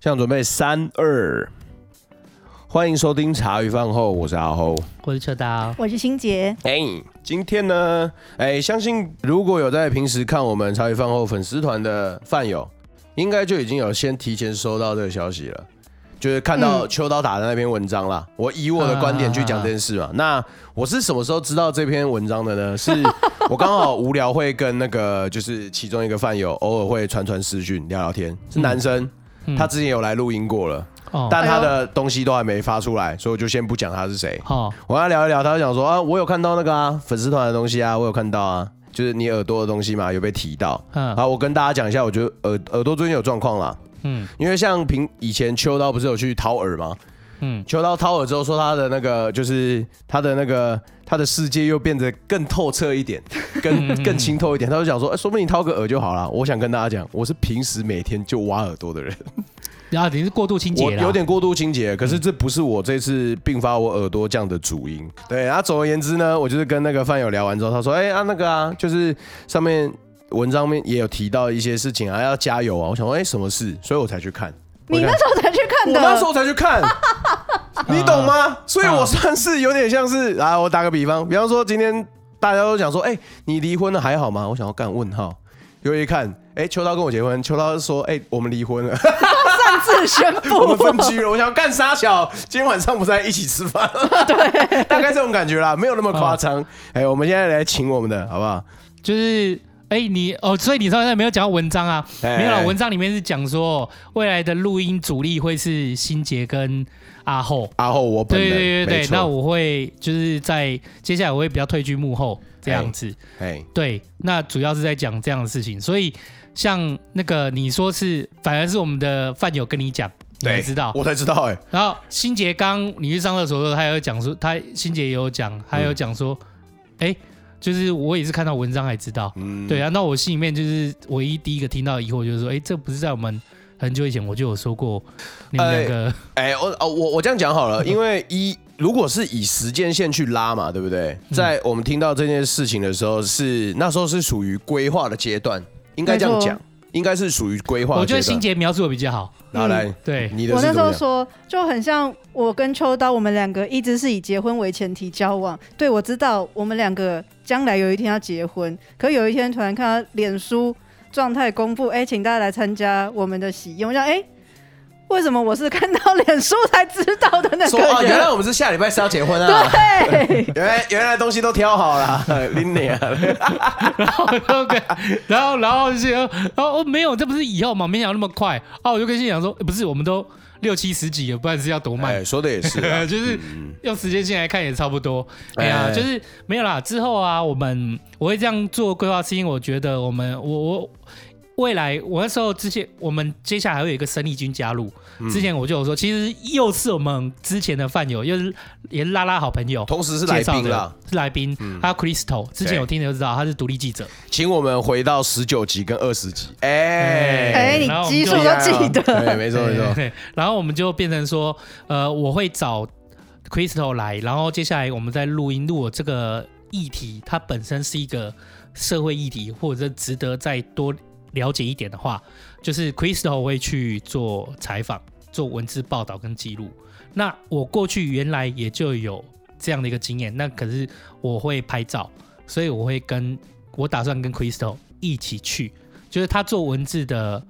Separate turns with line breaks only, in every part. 现场准备三二，欢迎收听茶余饭后，我是阿后。
我是车刀，
我是欣杰，
哎、今天呢，哎、相信如果有在平时看我们茶余饭后粉丝团的饭友，应该就已经有先提前收到这个消息了，就是看到
嗯
秋刀打的那篇文章啦。我以我的观点去讲这件事
啊
嘛。那我是什么时候知道这篇文章的呢？ 是我刚好无聊会跟那个就是其中一个饭友偶尔会传传私讯聊聊天，是男生，
嗯
他之前有来录音过了，
哦哎
但他
哎呦
的东西都还没发出来，所以我就先不讲他是谁。
哦
我跟他聊一聊，他就讲说啊，我有看到那个啊粉丝团的东西啊，我有看到啊，就是你耳朵的东西嘛，有被提到。
嗯
好，我跟大家讲一下，我觉得耳耳朵最近有状况啦，
嗯
因为像平以前秋刀不是有去掏耳吗？
嗯，
秋刀掏耳之后说他的那个就是他的那个他的世界又变得更透彻一 点，更
嗯
更清透一点。他就讲说，哎、说不定你掏个耳就好啦。我想跟大家讲，我是平时每天就挖耳朵的人。
然啊后你是过度清
我
洁啦，
有点过度清洁，可是这不是我这次并发我耳朵这样的主因。对，然后总而言之呢，我就是跟那个饭友聊完之后，他说：“哎、啊那个啊，就是上面文章面也有提到一些事情啊，要加油啊。”我想说：“哎、什么事？”所以我才去看。
你那时候才去看
我
的，
那时候才去看，
嗯
你懂吗？所以我算是有点像是啊，我打个比方，比方说今天大家都讲说：“哎、你离婚了还好吗？”我想要干问号，又一看，哎、秋刀跟我结婚，秋刀说：“哎、我们离婚了。”
擅自宣
我们
布，
啊
分居了，我想要干沙小，今天晚上不是在一起吃 饭？ 对，大概这种感觉啦，没有那么夸
哦
张。哎、我们现在来请我们的好不好？
就是。哎、你哦，所以你刚才没有讲到文章啊？
哎
没有啦，文章里面是讲说未来的录音主力会是新杰跟阿后。
阿后我本
对
人，
对
没
对对，
错
那我会就是在接下来我会比较退居幕后这样子。
哎
对，那主要是在讲这样的事情，所以像那个你说是，反而是我们的饭友跟你讲，你才
对，
知道。
我才知道哎、
然后新杰刚你去上厕所的时候，他有讲说，他新杰也有讲，他有讲说，哎、就是我也是看到文章才知道，
嗯，
对啊，那我心里面就是唯一第一个听到的疑惑就是说，哎、这不是在我们很久以前我就有说过你们两 个，
哎、我哦我我这样讲好
嗯
了，因为一如果是以时间线去拉嘛，对不对？
嗯
在我们听到这件事情的时候是，那时候是属于规划的阶段，应该这样讲
没，
应该是属于规划的
我
阶段。
觉得嗯新杰描述的比较好，
拿来，
对，
你的
我
是
那
怎
时
么
候
样？
说就很像我跟秋刀，我们两个一直是以结婚为前提交往。对，我知道我们两个将来有一天要结婚，可有一天突然看到脸书状态公布，哎、请大家来参加我们的喜宴。我想，哎、为什么我是看到脸书才知道的那
说 哦，
个
原
人？
来我们是下礼拜是要结婚啊。
对，
原来原来东西都挑好了， 拎你啊！
OK，然后然后就然后哦没有，这不是以后嘛，没想到那么快啊，我就跟新杰讲说，诶不是，我们都六七十几了，不然是要多慢。
哎，说的也 是啊，
呃就是用时间线来看也差不多。哎呀，
哎
就是没有啦。之后啊，我们我会这样做规划，是因为我觉得我们我我未来我那时候之前我们接下来还会有一个生力军加入。
嗯
之前我就有说，其实又是我们之前的饭友，又是也是拉拉好朋友。
同时是来
介绍
宾啦嗯
的，，是来宾，还有 Crystal，之前有听的就知道他是独立记者，
请我们回到十九集跟二十集。 哎
哎、
然后我
你
们
基
就
数都记
对，
得，
没错没错。
对，然后我们就变成说，呃，我会找 Crystal 来，然后接下来我们再录音录我这个议题，它本身是一个社会议题，或者是值得再多了解一点的话，就是 Crystal 会去做采访、做文字报道跟记录。那我过去原来也就有这样的一个经验，那可是我会拍照，所以我会跟我打算跟 Crystal 一起去，就是他做文字的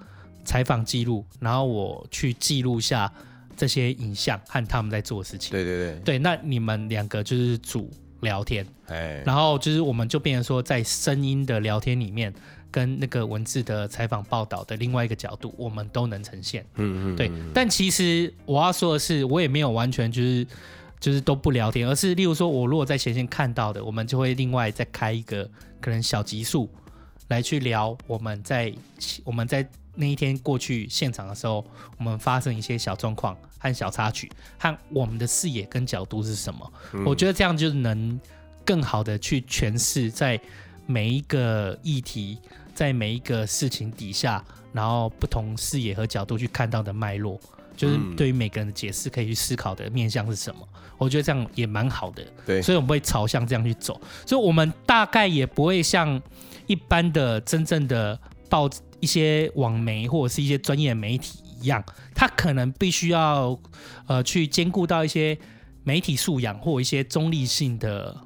采访记录，然后我去记录下这些影像和他们在做的事情。
对对
对，那你们两个就是主聊天，
对，哎，
然后就是我们就变成说，在声音的聊天里面，跟那个文字的采访报道的另外一个角度，我们都能呈现。
嗯
对，但其实我要说的是，我也没有完全就是就是都不聊天，而是例如说，我如果在前线看到的，我们就会另外再开一个可能小集数来去聊我们在我们在那一天过去现场的时候，我们发生一些小状况和小插曲，和我们的视野跟角度是什么。
嗯
我觉得这样就能更好的去诠释在每一个议题，在每一个事情底下，然后不同视野和角度去看到的脉络，就是
嗯
对于每个人的解释可以去思考的面向是什么。我觉得这样也蛮好的，
对
所以我们会朝向这样去走，所以我们大概也不会像一般的真正的报一些网媒或者是一些专业媒体一一样，他可能必须要呃去兼顾到一些媒体素养或一些中立性的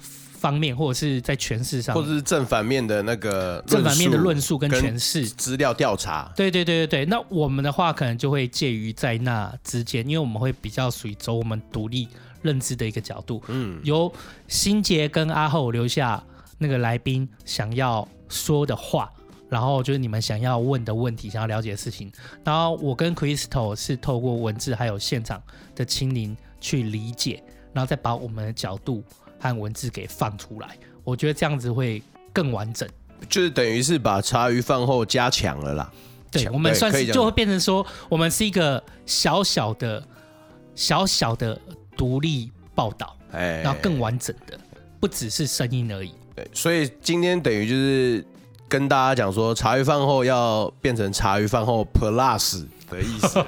方面，或者是在诠释上
或，者是正反面的那个
正反面的论
述
述跟
跟
诠释。
资料调查，
对对对对对，那我们的话可能就会介于在那之间，因为我们会比较属于走我们独立认知的一个角度，
嗯，
由新杰跟阿后留下那个来宾想要说的话，然后就是你们想要问的问题、想要了解的事情，然后我跟 Crystal 是透过文字还有现场的亲临去理解，然后再把我们的角度和文字给放出来，我觉得这样子会更完整。
就是等于是把茶余饭后加强了啦。
对，
强
我们
对
算
可以这
是
样
就会变成说，我们是一个小小的、小小的独立报道，
哎，
然后更完整的，不只是声音而已。
对，所以今天等于就是跟大家讲说，茶余饭后要变成茶余饭后 Plus 的意思 啊，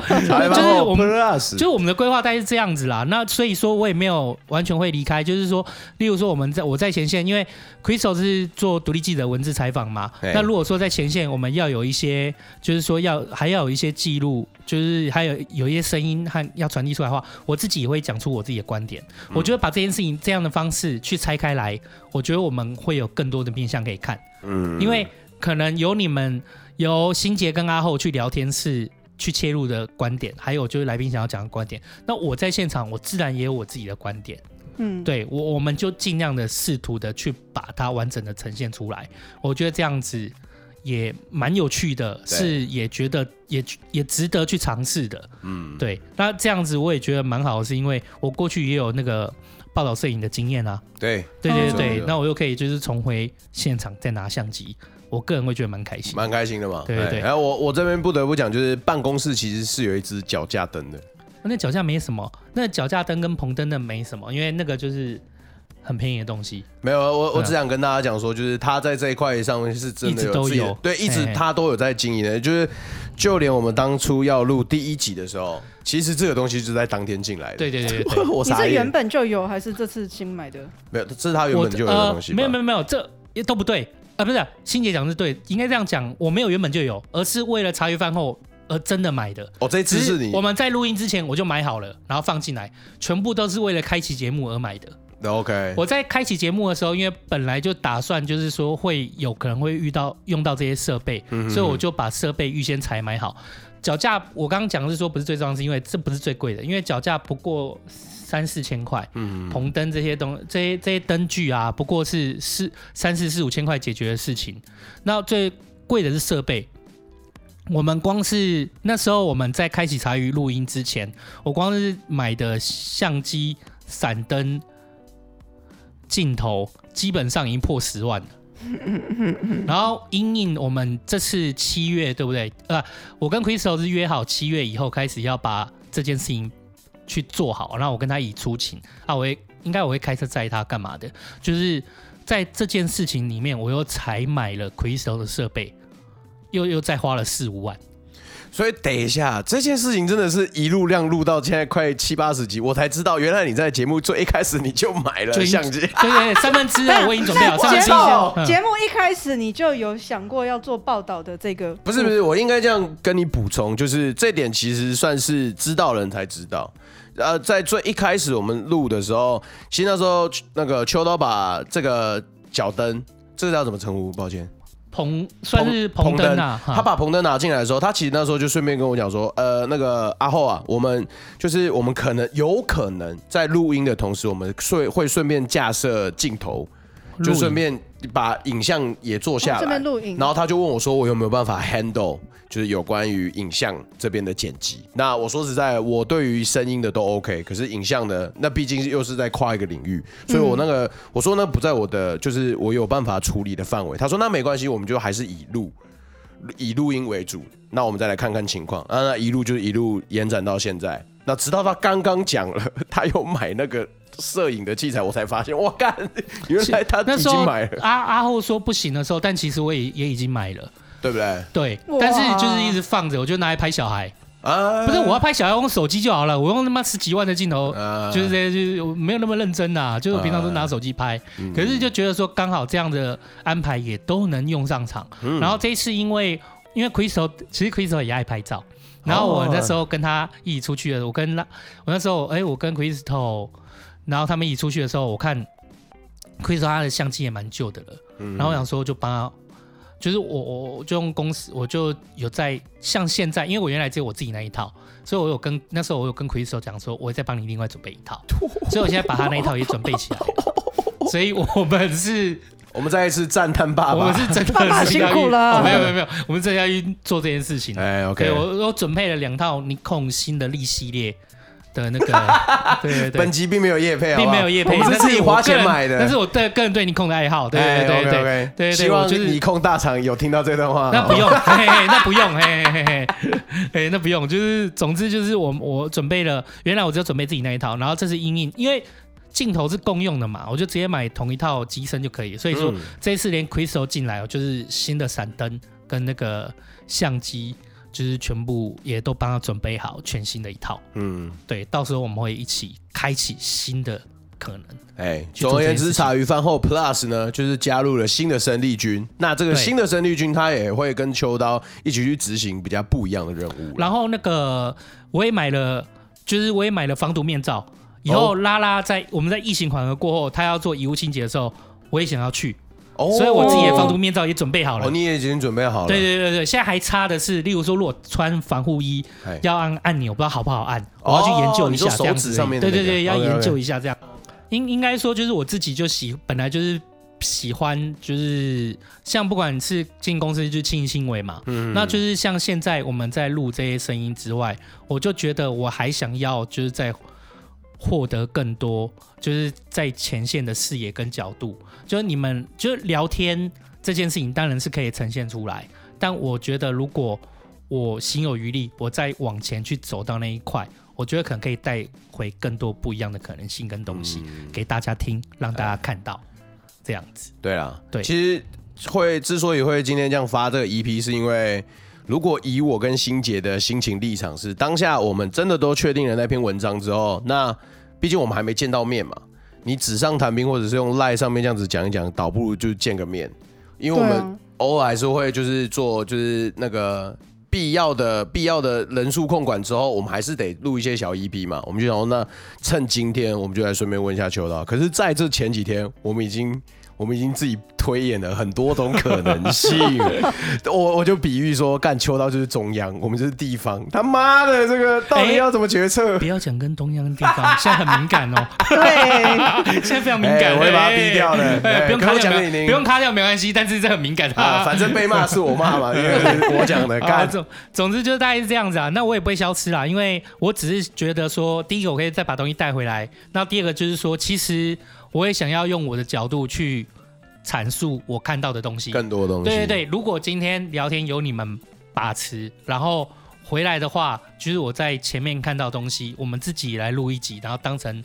对茶余饭
就是
后
我们
Plus，
就是我们的规划大概是这样子啦。那所以说我也没有完全会离开，就是说，例如说我们在我在前线，因为 Crystal 是做独立记者文字采访嘛。
对
那如果说在前线，我们要有一些，就是说要还要有一些记录，就是还有有一些声音和要传递出来的话，我自己也会讲出我自己的观点。我觉得把这件事情这样的方式去拆开来，我觉得我们会有更多的面向可以看。
嗯
因为可能由你们由新杰跟阿后去聊天室去切入的观点，还有就是来宾想要讲的观点，那我在现场我自然也有我自己的观点，
嗯，
对我我们就尽量的试图的去把它完整的呈现出来，我觉得这样子也蛮有趣的，
对
是也觉得也也值得去尝试的，
嗯，
对，那这样子我也觉得蛮好的，是因为我过去也有那个报道摄影的经验啊，
对，
对对
哦
对，那我又可以就是重回现场再拿相机，我个人会觉得蛮开心。
蛮开心的嘛。
对对对
哎然后我我这边不得不讲，就是办公室其实是有一只脚架灯的，
那脚架没什么，那脚架灯跟棚灯的没什么，因为那个就是很便宜的东西。
没有，我我
嗯
只想跟大家讲说，就是他在这一块上面是真的
一直都
自己的
有哎
对，一直
嘿嘿
他都有在经营的。就是就连我们当初要录第一集的时候，其实这个东西就在当天进来的。
对对对对 对
我
你
傻
是原
眼，
本就有还是这次新买的？
没有，这是他原
我
本就有的东西吧。
呃、没有没有没有，这也都不对啊，不是欣姐讲的是对，应该这样讲，我没有原本就有，而是为了茶余饭后而真的买的。
哦，这一次是
只
你
我们在录音之前我就买好了，然后放进来，全部都是为了开启节目而买的。
OK，
我在开启节目的时候，因为本来就打算就是说会有可能会遇到用到这些设备，
嗯哼
所以我就把设备预先采买好。脚架我刚刚讲的是说不是最重要，是因为这不是最贵的，因为脚架不过三四千块，
嗯
棚灯这些东这些这些灯具啊，不过是四三四四五千块解决的事情。那最贵的是设备。我们光是那时候我们在开启茶余录音之前，我光是买的相机、闪灯、镜头，基本上已经破十万了。然后因应我们这次七月对不对？呃，我跟 Crystal 是约好七月以后开始要把这件事情去做好，然后我跟他一起出勤啊，我会应该我会开车载他干嘛的？就是在这件事情里面，我又才买了 Crystal 的设备，又又再花了四五万。
所以等一下，这件事情真的是一路量录到现在快七八十集，我才知道原来你在节目最一开始你就买了
就已经
相机。
对对对，三分之二我已经准备好，三分之
节
一
目、
嗯
节目一开始你就有想过要做报道的这个，
不是不是，我应该这样跟你补充，就是这点其实算是知道人才知道。呃，在最一开始我们录的时候，其实那时候那个秋刀把这个脚灯，这个叫怎么称呼？抱歉，
棚算是棚灯啊，哈
他把棚灯拿进来的时候，他其实那时候就顺便跟我讲说，呃，那个阿后啊，我们就是我们可能有可能在录音的同时，我们顺会顺便架设镜头，就
录影
顺便把影像也做下来，
哦顺便录影
然后他就问我说，我有没有办法 handle 就是有关于影像这边的剪辑？那我说实在，我对于声音的都 OK，可是影像的那毕竟又是在跨一个领域，所以我那个、我说那不在我的就是我有办法处理的范围。他说那没关系，我们就还是以录。以录音为主，那我们再来看看情况。啊，那一路就是一路延展到现在，那直到他刚刚讲了， 他又买那个摄影的器材，我才发现，我干，原来他
那
已
时候
经买了，
阿阿后说不行的时候，但其实我也也已经买了，
对不对？
对
哇，
但是就是一直放着，我就拿来拍小孩。
啊，
不是我要拍小孩，我用手机就好了，我用他妈十几万的镜头，
啊
就是这些就是我没有那么认真呐、就是我平常都拿手机拍，
嗯
可是就觉得说刚好这样的安排也都能用上场。然后这一次因为因为 Crystal 其实 Crystal 也爱拍照，然后我那时候跟他一起出去的，我跟拉我那时候哎、我跟 Crystal，然后他们一起出去的时候，我看 Crystal 他的相机也蛮旧的了，
嗯
然后我想说就帮他。就是我我我就用公司，我就有在像现在，因为我原来只有我自己那一套，所以我有跟那时候我有跟 Crystal 讲说，我会再帮你另外准备一 套，所以我现在把他那一套也准备起来了，所以我们是
我们再一次赞叹爸
我们
爸。
是真的
爸爸
是要
辛苦
去
了
哦没有没有没有，我们真的要去做这件事情。
哎，OK，
对我我准备了两套尼控新的力系列 的那个，对对
本
对。
集并没有叶配，好不
并
好
没有业配，
我们是
但
自己
我
花
个
钱
人
买的。
但是我对个人对尼控的爱好，对
哎
对对对
OK，OK
对对对，
希望
我就是
你控大厂有听到这段话。
那不用，嘿嘿，那不用，嘿嘿嘿嘿，嘿，那不用，就是总之就是我我准备了，原来我只有准备自己那一套，然后这是阴影，因为镜头是共用的嘛，我就直接买同一套机身就可以，所以说
嗯
这一次连 Crystal 进来哦，就是新的闪灯跟那个相机，就是全部也都帮他准备好全新的一套，
嗯，
对，到时候我们会一起开启新的可能。
哎，
去做
总而言
这件事
之，
情
茶余饭后 Plus 呢，就是加入了新的生力军。那这个
对
新的生力军，他也会跟秋刀一起去执行比较不一样的任务啦。
然后那个我也买了，就是我也买了防毒面罩。以
哦
后拉拉在我们在疫情缓和过后，他要做遗物清洁的时候，我也想要去，
哦
所以我自己的防毒面罩也准备好了
哦，。你也已经准备好了。
对对对对，现在还差的是，例如说，如果穿防护衣
哎
要按按钮，不知道好不好按，我要去研究一
哦你说
下
手
这样子
指上面的
对
那个哦
对对，要
OK，OK
研究一下这样。应应该说，就是我自己就喜，本来就是喜欢，就是像不管是进公司就亲力亲为嘛，
嗯
那就是像现在我们在录这些声音之外，我就觉得我还想要就是在获得更多，就是在前线的视野跟角度。就是你们就是聊天这件事情，当然是可以呈现出来，但我觉得如果我心有余力，我再往前去走到那一块，我觉得可能可以带回更多不一样的可能性跟东西、
嗯
给大家听，让大家看到这样子。
对啦，
对
其实会之所以会今天这样发这个 EP，是因为如果以我跟欣姐的心情立场是，当下我们真的都确定了那篇文章之后，那毕竟我们还没见到面嘛，你纸上谈兵或者是用赖上面这样子讲一讲，倒不如就见个面，因为我
对
们
啊，
偶尔还是会就是做就是那个必要的必要的人数控管之后，我们还是得录一些小 EP 嘛。我们就想说，那趁今天我们就来顺便问一下秋刀。可是在这前几天，我们已经。我们已经自己推演了很多种可能 性，我我就比喻说，干秋刀就是中央，我们就是地方，他妈的这个到底要怎么决策？
不要讲跟东央的地方，现在很敏 感哦。
对，啊
现在非常敏感，
哎我会把它逼掉的
哎哎
哎
不用
可
卡
是
掉，
我讲
没
给你听
有不用卡掉没关系，但是这很敏感
啊，反正被骂是我骂嘛，因为是我讲的，
啊，
干
总总之就是大概是这样子啊。那我也不会消失啦，因为我只是觉得说，第一个我可以再把东西带回来，那第二个就是说，其实我也想要用我的角度去阐述我看到的东西。
更多东西。
对对对，如果今天聊天有你们把持，然后回来的话，就是我在前面看到东西，我们自己来录一集，然后当成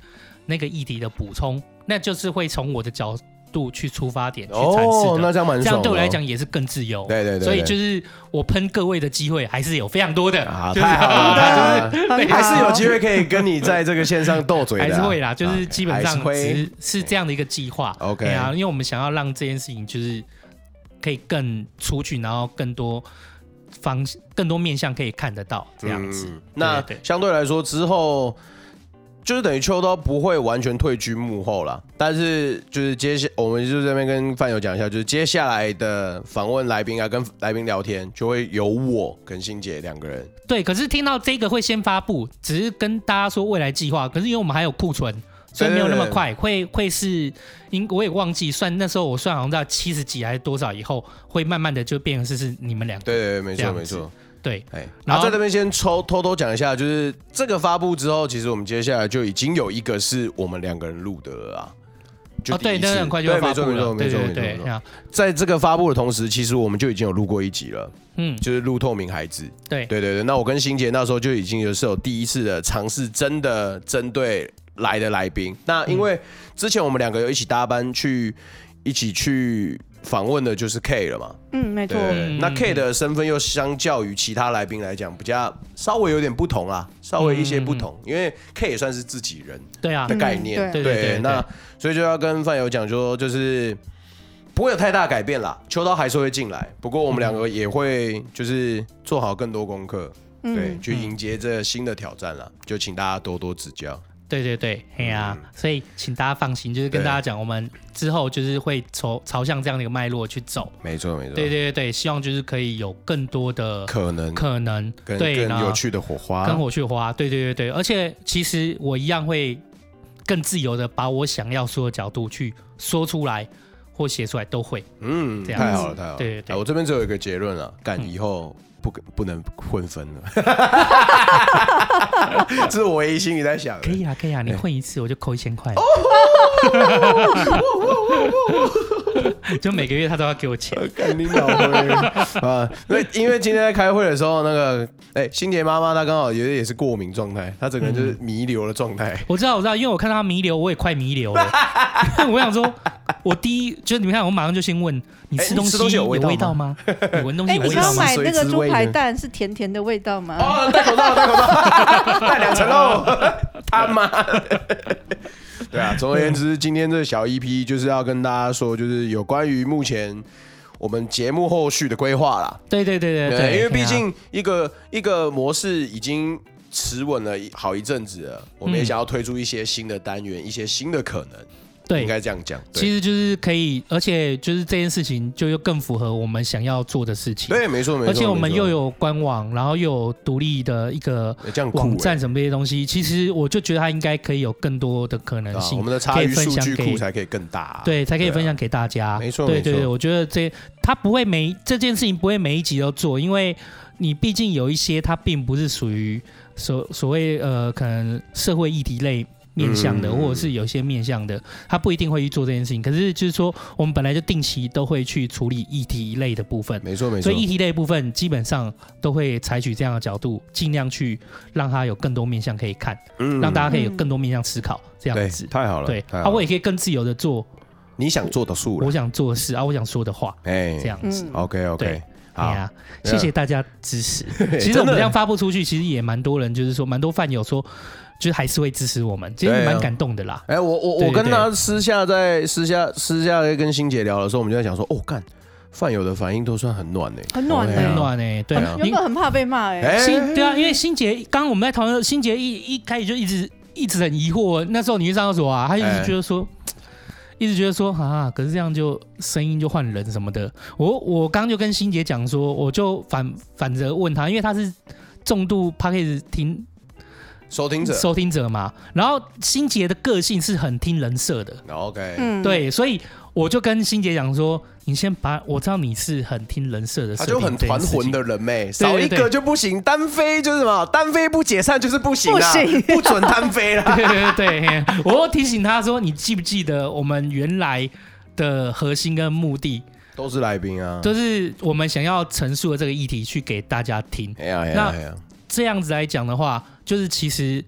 那个议题的补充，那就是会从我的角度去出发点去阐
哦
释，的。
那这样蛮爽
这
的哦。
样对我来讲也是更自由。
对对对对
所以就是我喷各位的机会还是有非常多的，
啊，
就是
太好 了，
就是
太好了
对
还是有机会可以跟你在这个线上斗嘴的啊，
还是会啦，就是
啊
基本
还是
上只
会
是是这样的一个计划。
OK
对啊，因为我们想要让这件事情就是可以更出去，然后更多方更多面向可以看得到这样子。
嗯那
对对
相对来说之后。就是等于秋刀不会完全退居幕后啦，但是就是接下我们就这边跟范友讲一下，就是接下来的访问来宾啊，跟来宾聊天就会由我跟欣姐两个人，
对，可是听到这个会先发布，只是跟大家说未来计划。可是因为我们还有库存，所以没有那么快，会会是应我也忘记算那时候我算好像到七十几还是多少以后，会慢慢的就变成是是你们两个
对对对，没错
这样子
没错，
对
哎，然
然
后
后
在这边先抽偷偷讲一下，就是这个发布之后，其实我们接下来就已经有一个是我们两个人录的了啊，就
哦
第
对，
一
那
次
个很快就会
对
发
没错
布
没错
了，
没
对
错没
对
错没
对
错，
啊
在这个发布的同时，其实我们就已经有录过一集了，
嗯
就是录透明孩子。
对
对对对，那我跟欣姐那时候就已经有是有第一次的尝试，真的针对来的来宾。那因
嗯
为之前我们两个有一起搭班去一起去访问的就是 K 了嘛，
嗯，没错
对，对对
嗯
那 K 的身份又相较于其他来宾来讲，比较稍微有点不同啦，稍微一些不同，因为 K 也算是自己人。
对啊
的
嗯，
概念。
对
对对对对
那所以就要跟范友讲说，就是不会有太大改变啦。秋刀还是会进来，不过我们两个也会就是做好更多功课，对，
嗯，
去迎接这新的挑战啦。就请大家多多指教。
对对对，嘿呀、所以请大家放心，就是跟
对
大家讲，我们之后就是会朝朝向这样的一个脉络去走。
没错，没错，
对对对对，希望就是可以有更多的
可能
可能，
更
对，
更
然后
有趣的火花，啊
跟我去花，对对对对，而且其实我一样会更自由的把我想要说的角度去说出来或写出来都会。
嗯，
这样
太好了，太好了。
对对对嗯
啊我这边只有一个结论了，干以后不跟不能混分 了，这是我唯一心里在想的。
可以啊，可以啊，你混一次我就扣一千块， 就每个月他都要给我钱。
呃干你老灰啊！那因为今天在开会的时候，那个哎，欣杰妈妈她刚好也也是过敏状态，她整个人就是
嗯
弥留的状态。
我知道，我知道，因为我看到他弥留，我也快 弥留了。我想说，我第一就是你们看，我马上就先问你
哎
吃
你
东
吃东西有
有
味道
道吗？你闻东西
哎，
有
你
味
知道
道吗？
买那个
水之
猪
味
排
的
蛋是甜甜的味道吗？
哦，戴口罩，戴口罩， 戴两层 喽，他妈的。对啊，总而言之，今天这小 EP 就是要跟大家说，就是有关于目前我们节目后续的规划啦。
对对对对
对，因为毕
啊
竟一个一个模式已经持稳了一好一阵子了，我们也
嗯
想要推出一些新的单元，一些新的可能，
对
应该这样讲。对
其实就是可以，而且就是这件事情就又更符合我们想要做的事情。，
对，没错没错。
而且我们
没错
又有官网，然后又有独立的一个
欸这样酷欸
网站什么这些东西，其实我就觉得它应该可以有更多的可能
啊
性，
我们的差
可以
余
分
数
享
据
给
库才可以更大啊。
对，才可以
对啊
分享给大家。
没错
对
没错
对对，我觉得这它不会每这件事情不会每一集都做，因为你毕竟有一些它并不是属于所所谓呃可能社会议题类。面向的，
嗯
或者是有一些面向的，它不一定会去做这件事情。可是就是说，我们本来就定期都会去处理议题类的部分，
没错没错
所以。议题类部分基本上都会采取这样的角度，尽量去让它有更多面向可以看，
嗯
让大家可以有更多面向思考，这样
对
子。
太好了。
对，
太
啊，
好
我
了
也可以更自由的做
你想做的数了
我，想做的事啊，我想说的话，
哎，
这样子。
嗯，
OK OK，
对
好
哎，呀，
那
谢谢大家支 持。其
真
实
的
我们这样发布出去，其实也蛮多人，就是说蛮多饭友说，就是还是会支持我们，其实
对啊
蛮感动的啦。
哎、我我
对
我跟
对
他私下在私下私下在跟欣姐聊的时候，我们就在讲说，哦，干，饭友的反应都算很暖呢、
很暖
对啊
很
呢。
暖哎，对
对啊
因
原本很怕被骂哎，
哎、
新对啊，因为新杰刚刚我们在讨论，新杰一一开始就一直一直很疑惑，那时候你去上厕所啊，他一
哎
直觉得说。一直觉得说啊，可是这样就声音就换人什么的。我我刚就跟新杰讲说，我就反反着问他，因为他是重度 p a c k a g e 听
收听者
收听者嘛。然后新杰的个性是很听人设的，
，OK，、
嗯，，
对，所以我就跟新杰讲说，你先把我知道你是很听人设的
他
设定
就
这件事情，
很团魂的人妹、少
对
一
对对
个就不行，单飞就是什么，单飞不解散就是不行啦，
不行
不准单飞 啦。
对对对对，嘿我又提醒他说，你记不记得我们原来的核心跟目的，
都是来宾啊，
就是我们想要陈述的这个议题去给大家听。
哎呀哎呀
那
哎呀，
这样子来讲的话，就是其实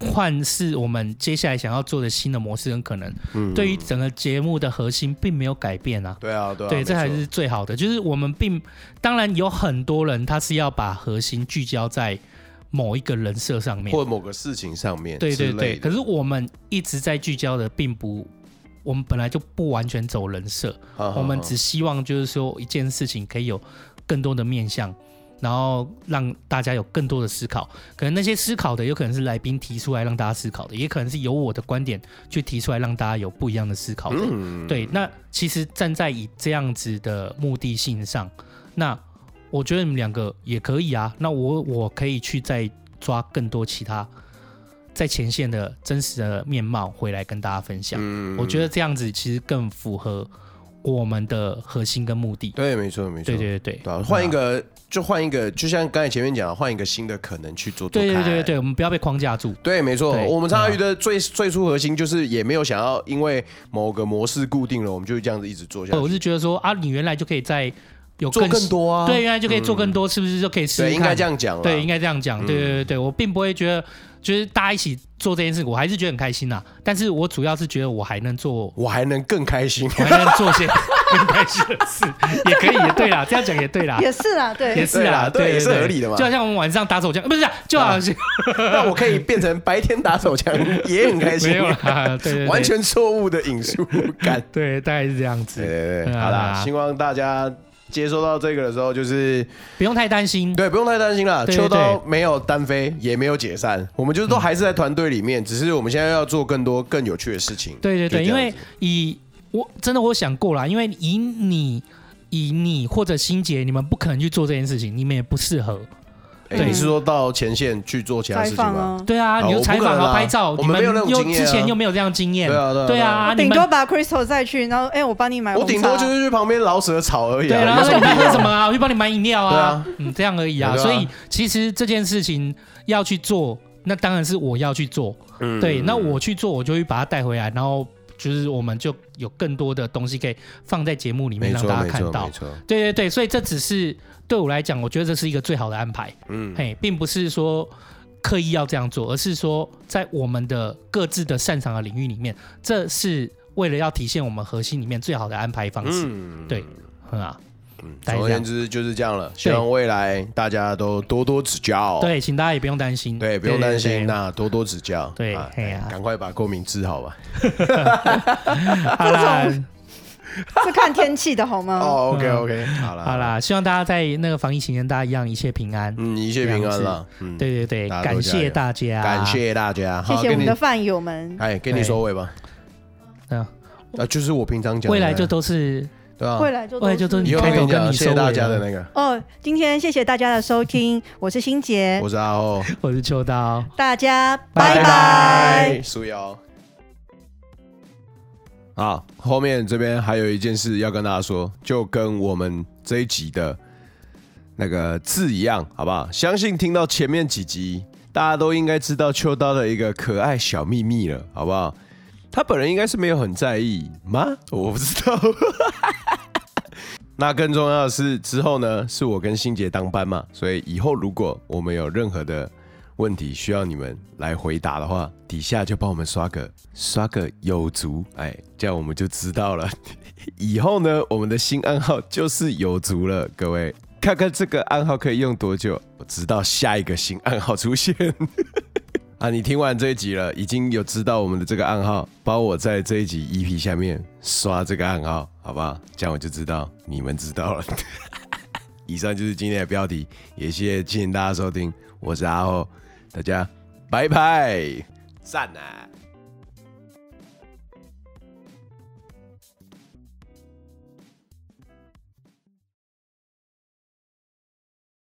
换是我们接下来想要做的新的模式跟可能，
嗯
对于整个节目的核心并没有改变啊。
对啊对啊，
对，这
没
才
错
是最好的。就是我们并当然有很多人他是要把核心聚焦在某一个人设上面，
或某个事情上面
对对
之类
对，
的
可是我们一直在聚焦的，并不，我们本来就不完全走人设，
好好
我们
好
只希望就是说一件事情可以有更多的面向，然后让大家有更多的思考。可能那些思考的，有可能是来宾提出来让大家思考的，也可能是由我的观点去提出来让大家有不一样的思考的。
嗯
对，那其实站在以这样子的目的性上，那我觉得你们两个也可以啊。那我我可以去再抓更多其他在前线的真实的面貌回来跟大家分享。
嗯
我觉得这样子其实更符合我们的核心跟目的。
对，没错没错，
对对对
对啊，换一个就换一个，就像刚才前面讲的，换一个新的可能去做做
对
看。
对对对，我们不要被框架住。
对没错。
对
我们常常遇的最、最初核心就是也没有想要因为某个模式固定了，我们就这样子一直做下
我
去，
是觉得说啊，你原来就可以在有
做更多啊。
对，原来就可以做更多，是不是就可以试试
对，
看？
应该这样讲啦。啊
对，应该这样讲。对
嗯
对对对，我并不会觉得，就是大家一起做这件事，我还是啊觉得很开心呐、但是我主要是觉得我还能做，
我还能更开心。
我还能做些，更开心的事，也可以，也 对啦，这样讲也对啦，
也是啦，
也
对，
是啦，
对啦对
对，
也是
对
合理的嘛
就好像我们晚上打手枪，呃不是啊，就好像
那我可以变成白天打手枪，也很开心
没。有啦，对对，对。
完全错误的引述感
对，大 概是这样
对
子，
对对，
嗯
好啦，希望大家接收到这个的时候，就是
不用太担心。
对，不用太担心啦。
对
秋刀
对
没有单飞，也没有解散，我们就是都还是在团队里面，只是我们现在要做更多更有趣的事情。
对对对，
就这
因
样
为
子
以我真的我想过啦，因为以你以你或者心杰，你们不可能去做这件事情，你们也不适合。
哎
对
你是说到前线去做其他
采
事情
访
吗？
啊，
对啊，
啊
你就采访
我不可能
和
啊
拍照，
我
你
们没有那种
又
经验啊
之前又没有这样经验，
对啊对啊
对
对
啊，你
顶
们
多把 Crystal 载去，然后哎，我帮你买红
我
茶，
顶多就是去旁边老舍草而已
对，
啊。
然
有
后
什
说
么不
你
一
为
样
什么啊？我去帮你买饮料
对
啊
啊，
嗯，这样而已啊。
对啊
所以其实这件事情要去做，那当然是我要去做，
嗯
对，那我去做，我就会把它带回来，然后就是我们就有更多的东西可以放在节目里面
没
让
错
大家
没
看
错
到
没。错，
对对对，所以这只是对我来讲，我觉得这是一个最好的安排，
嗯，
嘿，并不是说刻意要这样做，而是说在我们的各自的擅长的领域里面，这是为了要体现我们核心里面最好的安排方式，
嗯
对，嗯啊，
嗯
大概
总而
这样
言之就是这样了。希望未来大家都多多指教。。
对，请大家也不用担心，
哦对，不用担
对
心，啊
对
那多多指教。
对
啊
嘿啊
赶快把过敏治好吧。
好啦，
是看天气的好吗？
哦，OK，OK，好啦，
好，啦，希望大家在那个防疫期间，大家一样一切平安。
嗯，一切平安啦。嗯，
对对对，
大家都
感
加
谢
油
大家，
感。谢大家。
谢
好，
谢我
跟
们
你
的，饭友们，
哎，跟你
对
收尾吧。
嗯，
啊，就是我平常讲的，
未来就都是
对啊，
未来就都
未来就都
是
是
以后
开
跟
头
你
跟
讲，
你
谢
收
谢
尾
大家
了
的那个。
哦，今天谢谢大家的收听，我是欣杰
我，是阿后，
我是秋刀。
大家
拜
拜拜。
苏瑶。啊，后面这边还有一件事要跟大家说，就跟我们这一集的那个字一样，好不好？相信听到前面几集，大家都应该知道秋刀的一个可爱小秘密了，好不好？他本人应该是没有很在意吗？我不知道。 那更重要的是，之后呢，是我跟欣姐当班嘛，所以以后如果我们有任何的问题需要你们来回答的话，底下就帮我们刷个刷个有足，哎，这样我们就知道了。 以后呢，我们的新暗号就是有足了，各位。看看这个暗号可以用多久，直到下一个新暗号出现。 啊，你听完这一集了，已经有知道我们的这个暗号，帮我在这一集 EP 下面刷这个暗号，好不好？这样我就知道你们知道了。 以上就是今天的标题，也谢谢今天大家收听，我是阿后，大家拜拜，赞啊！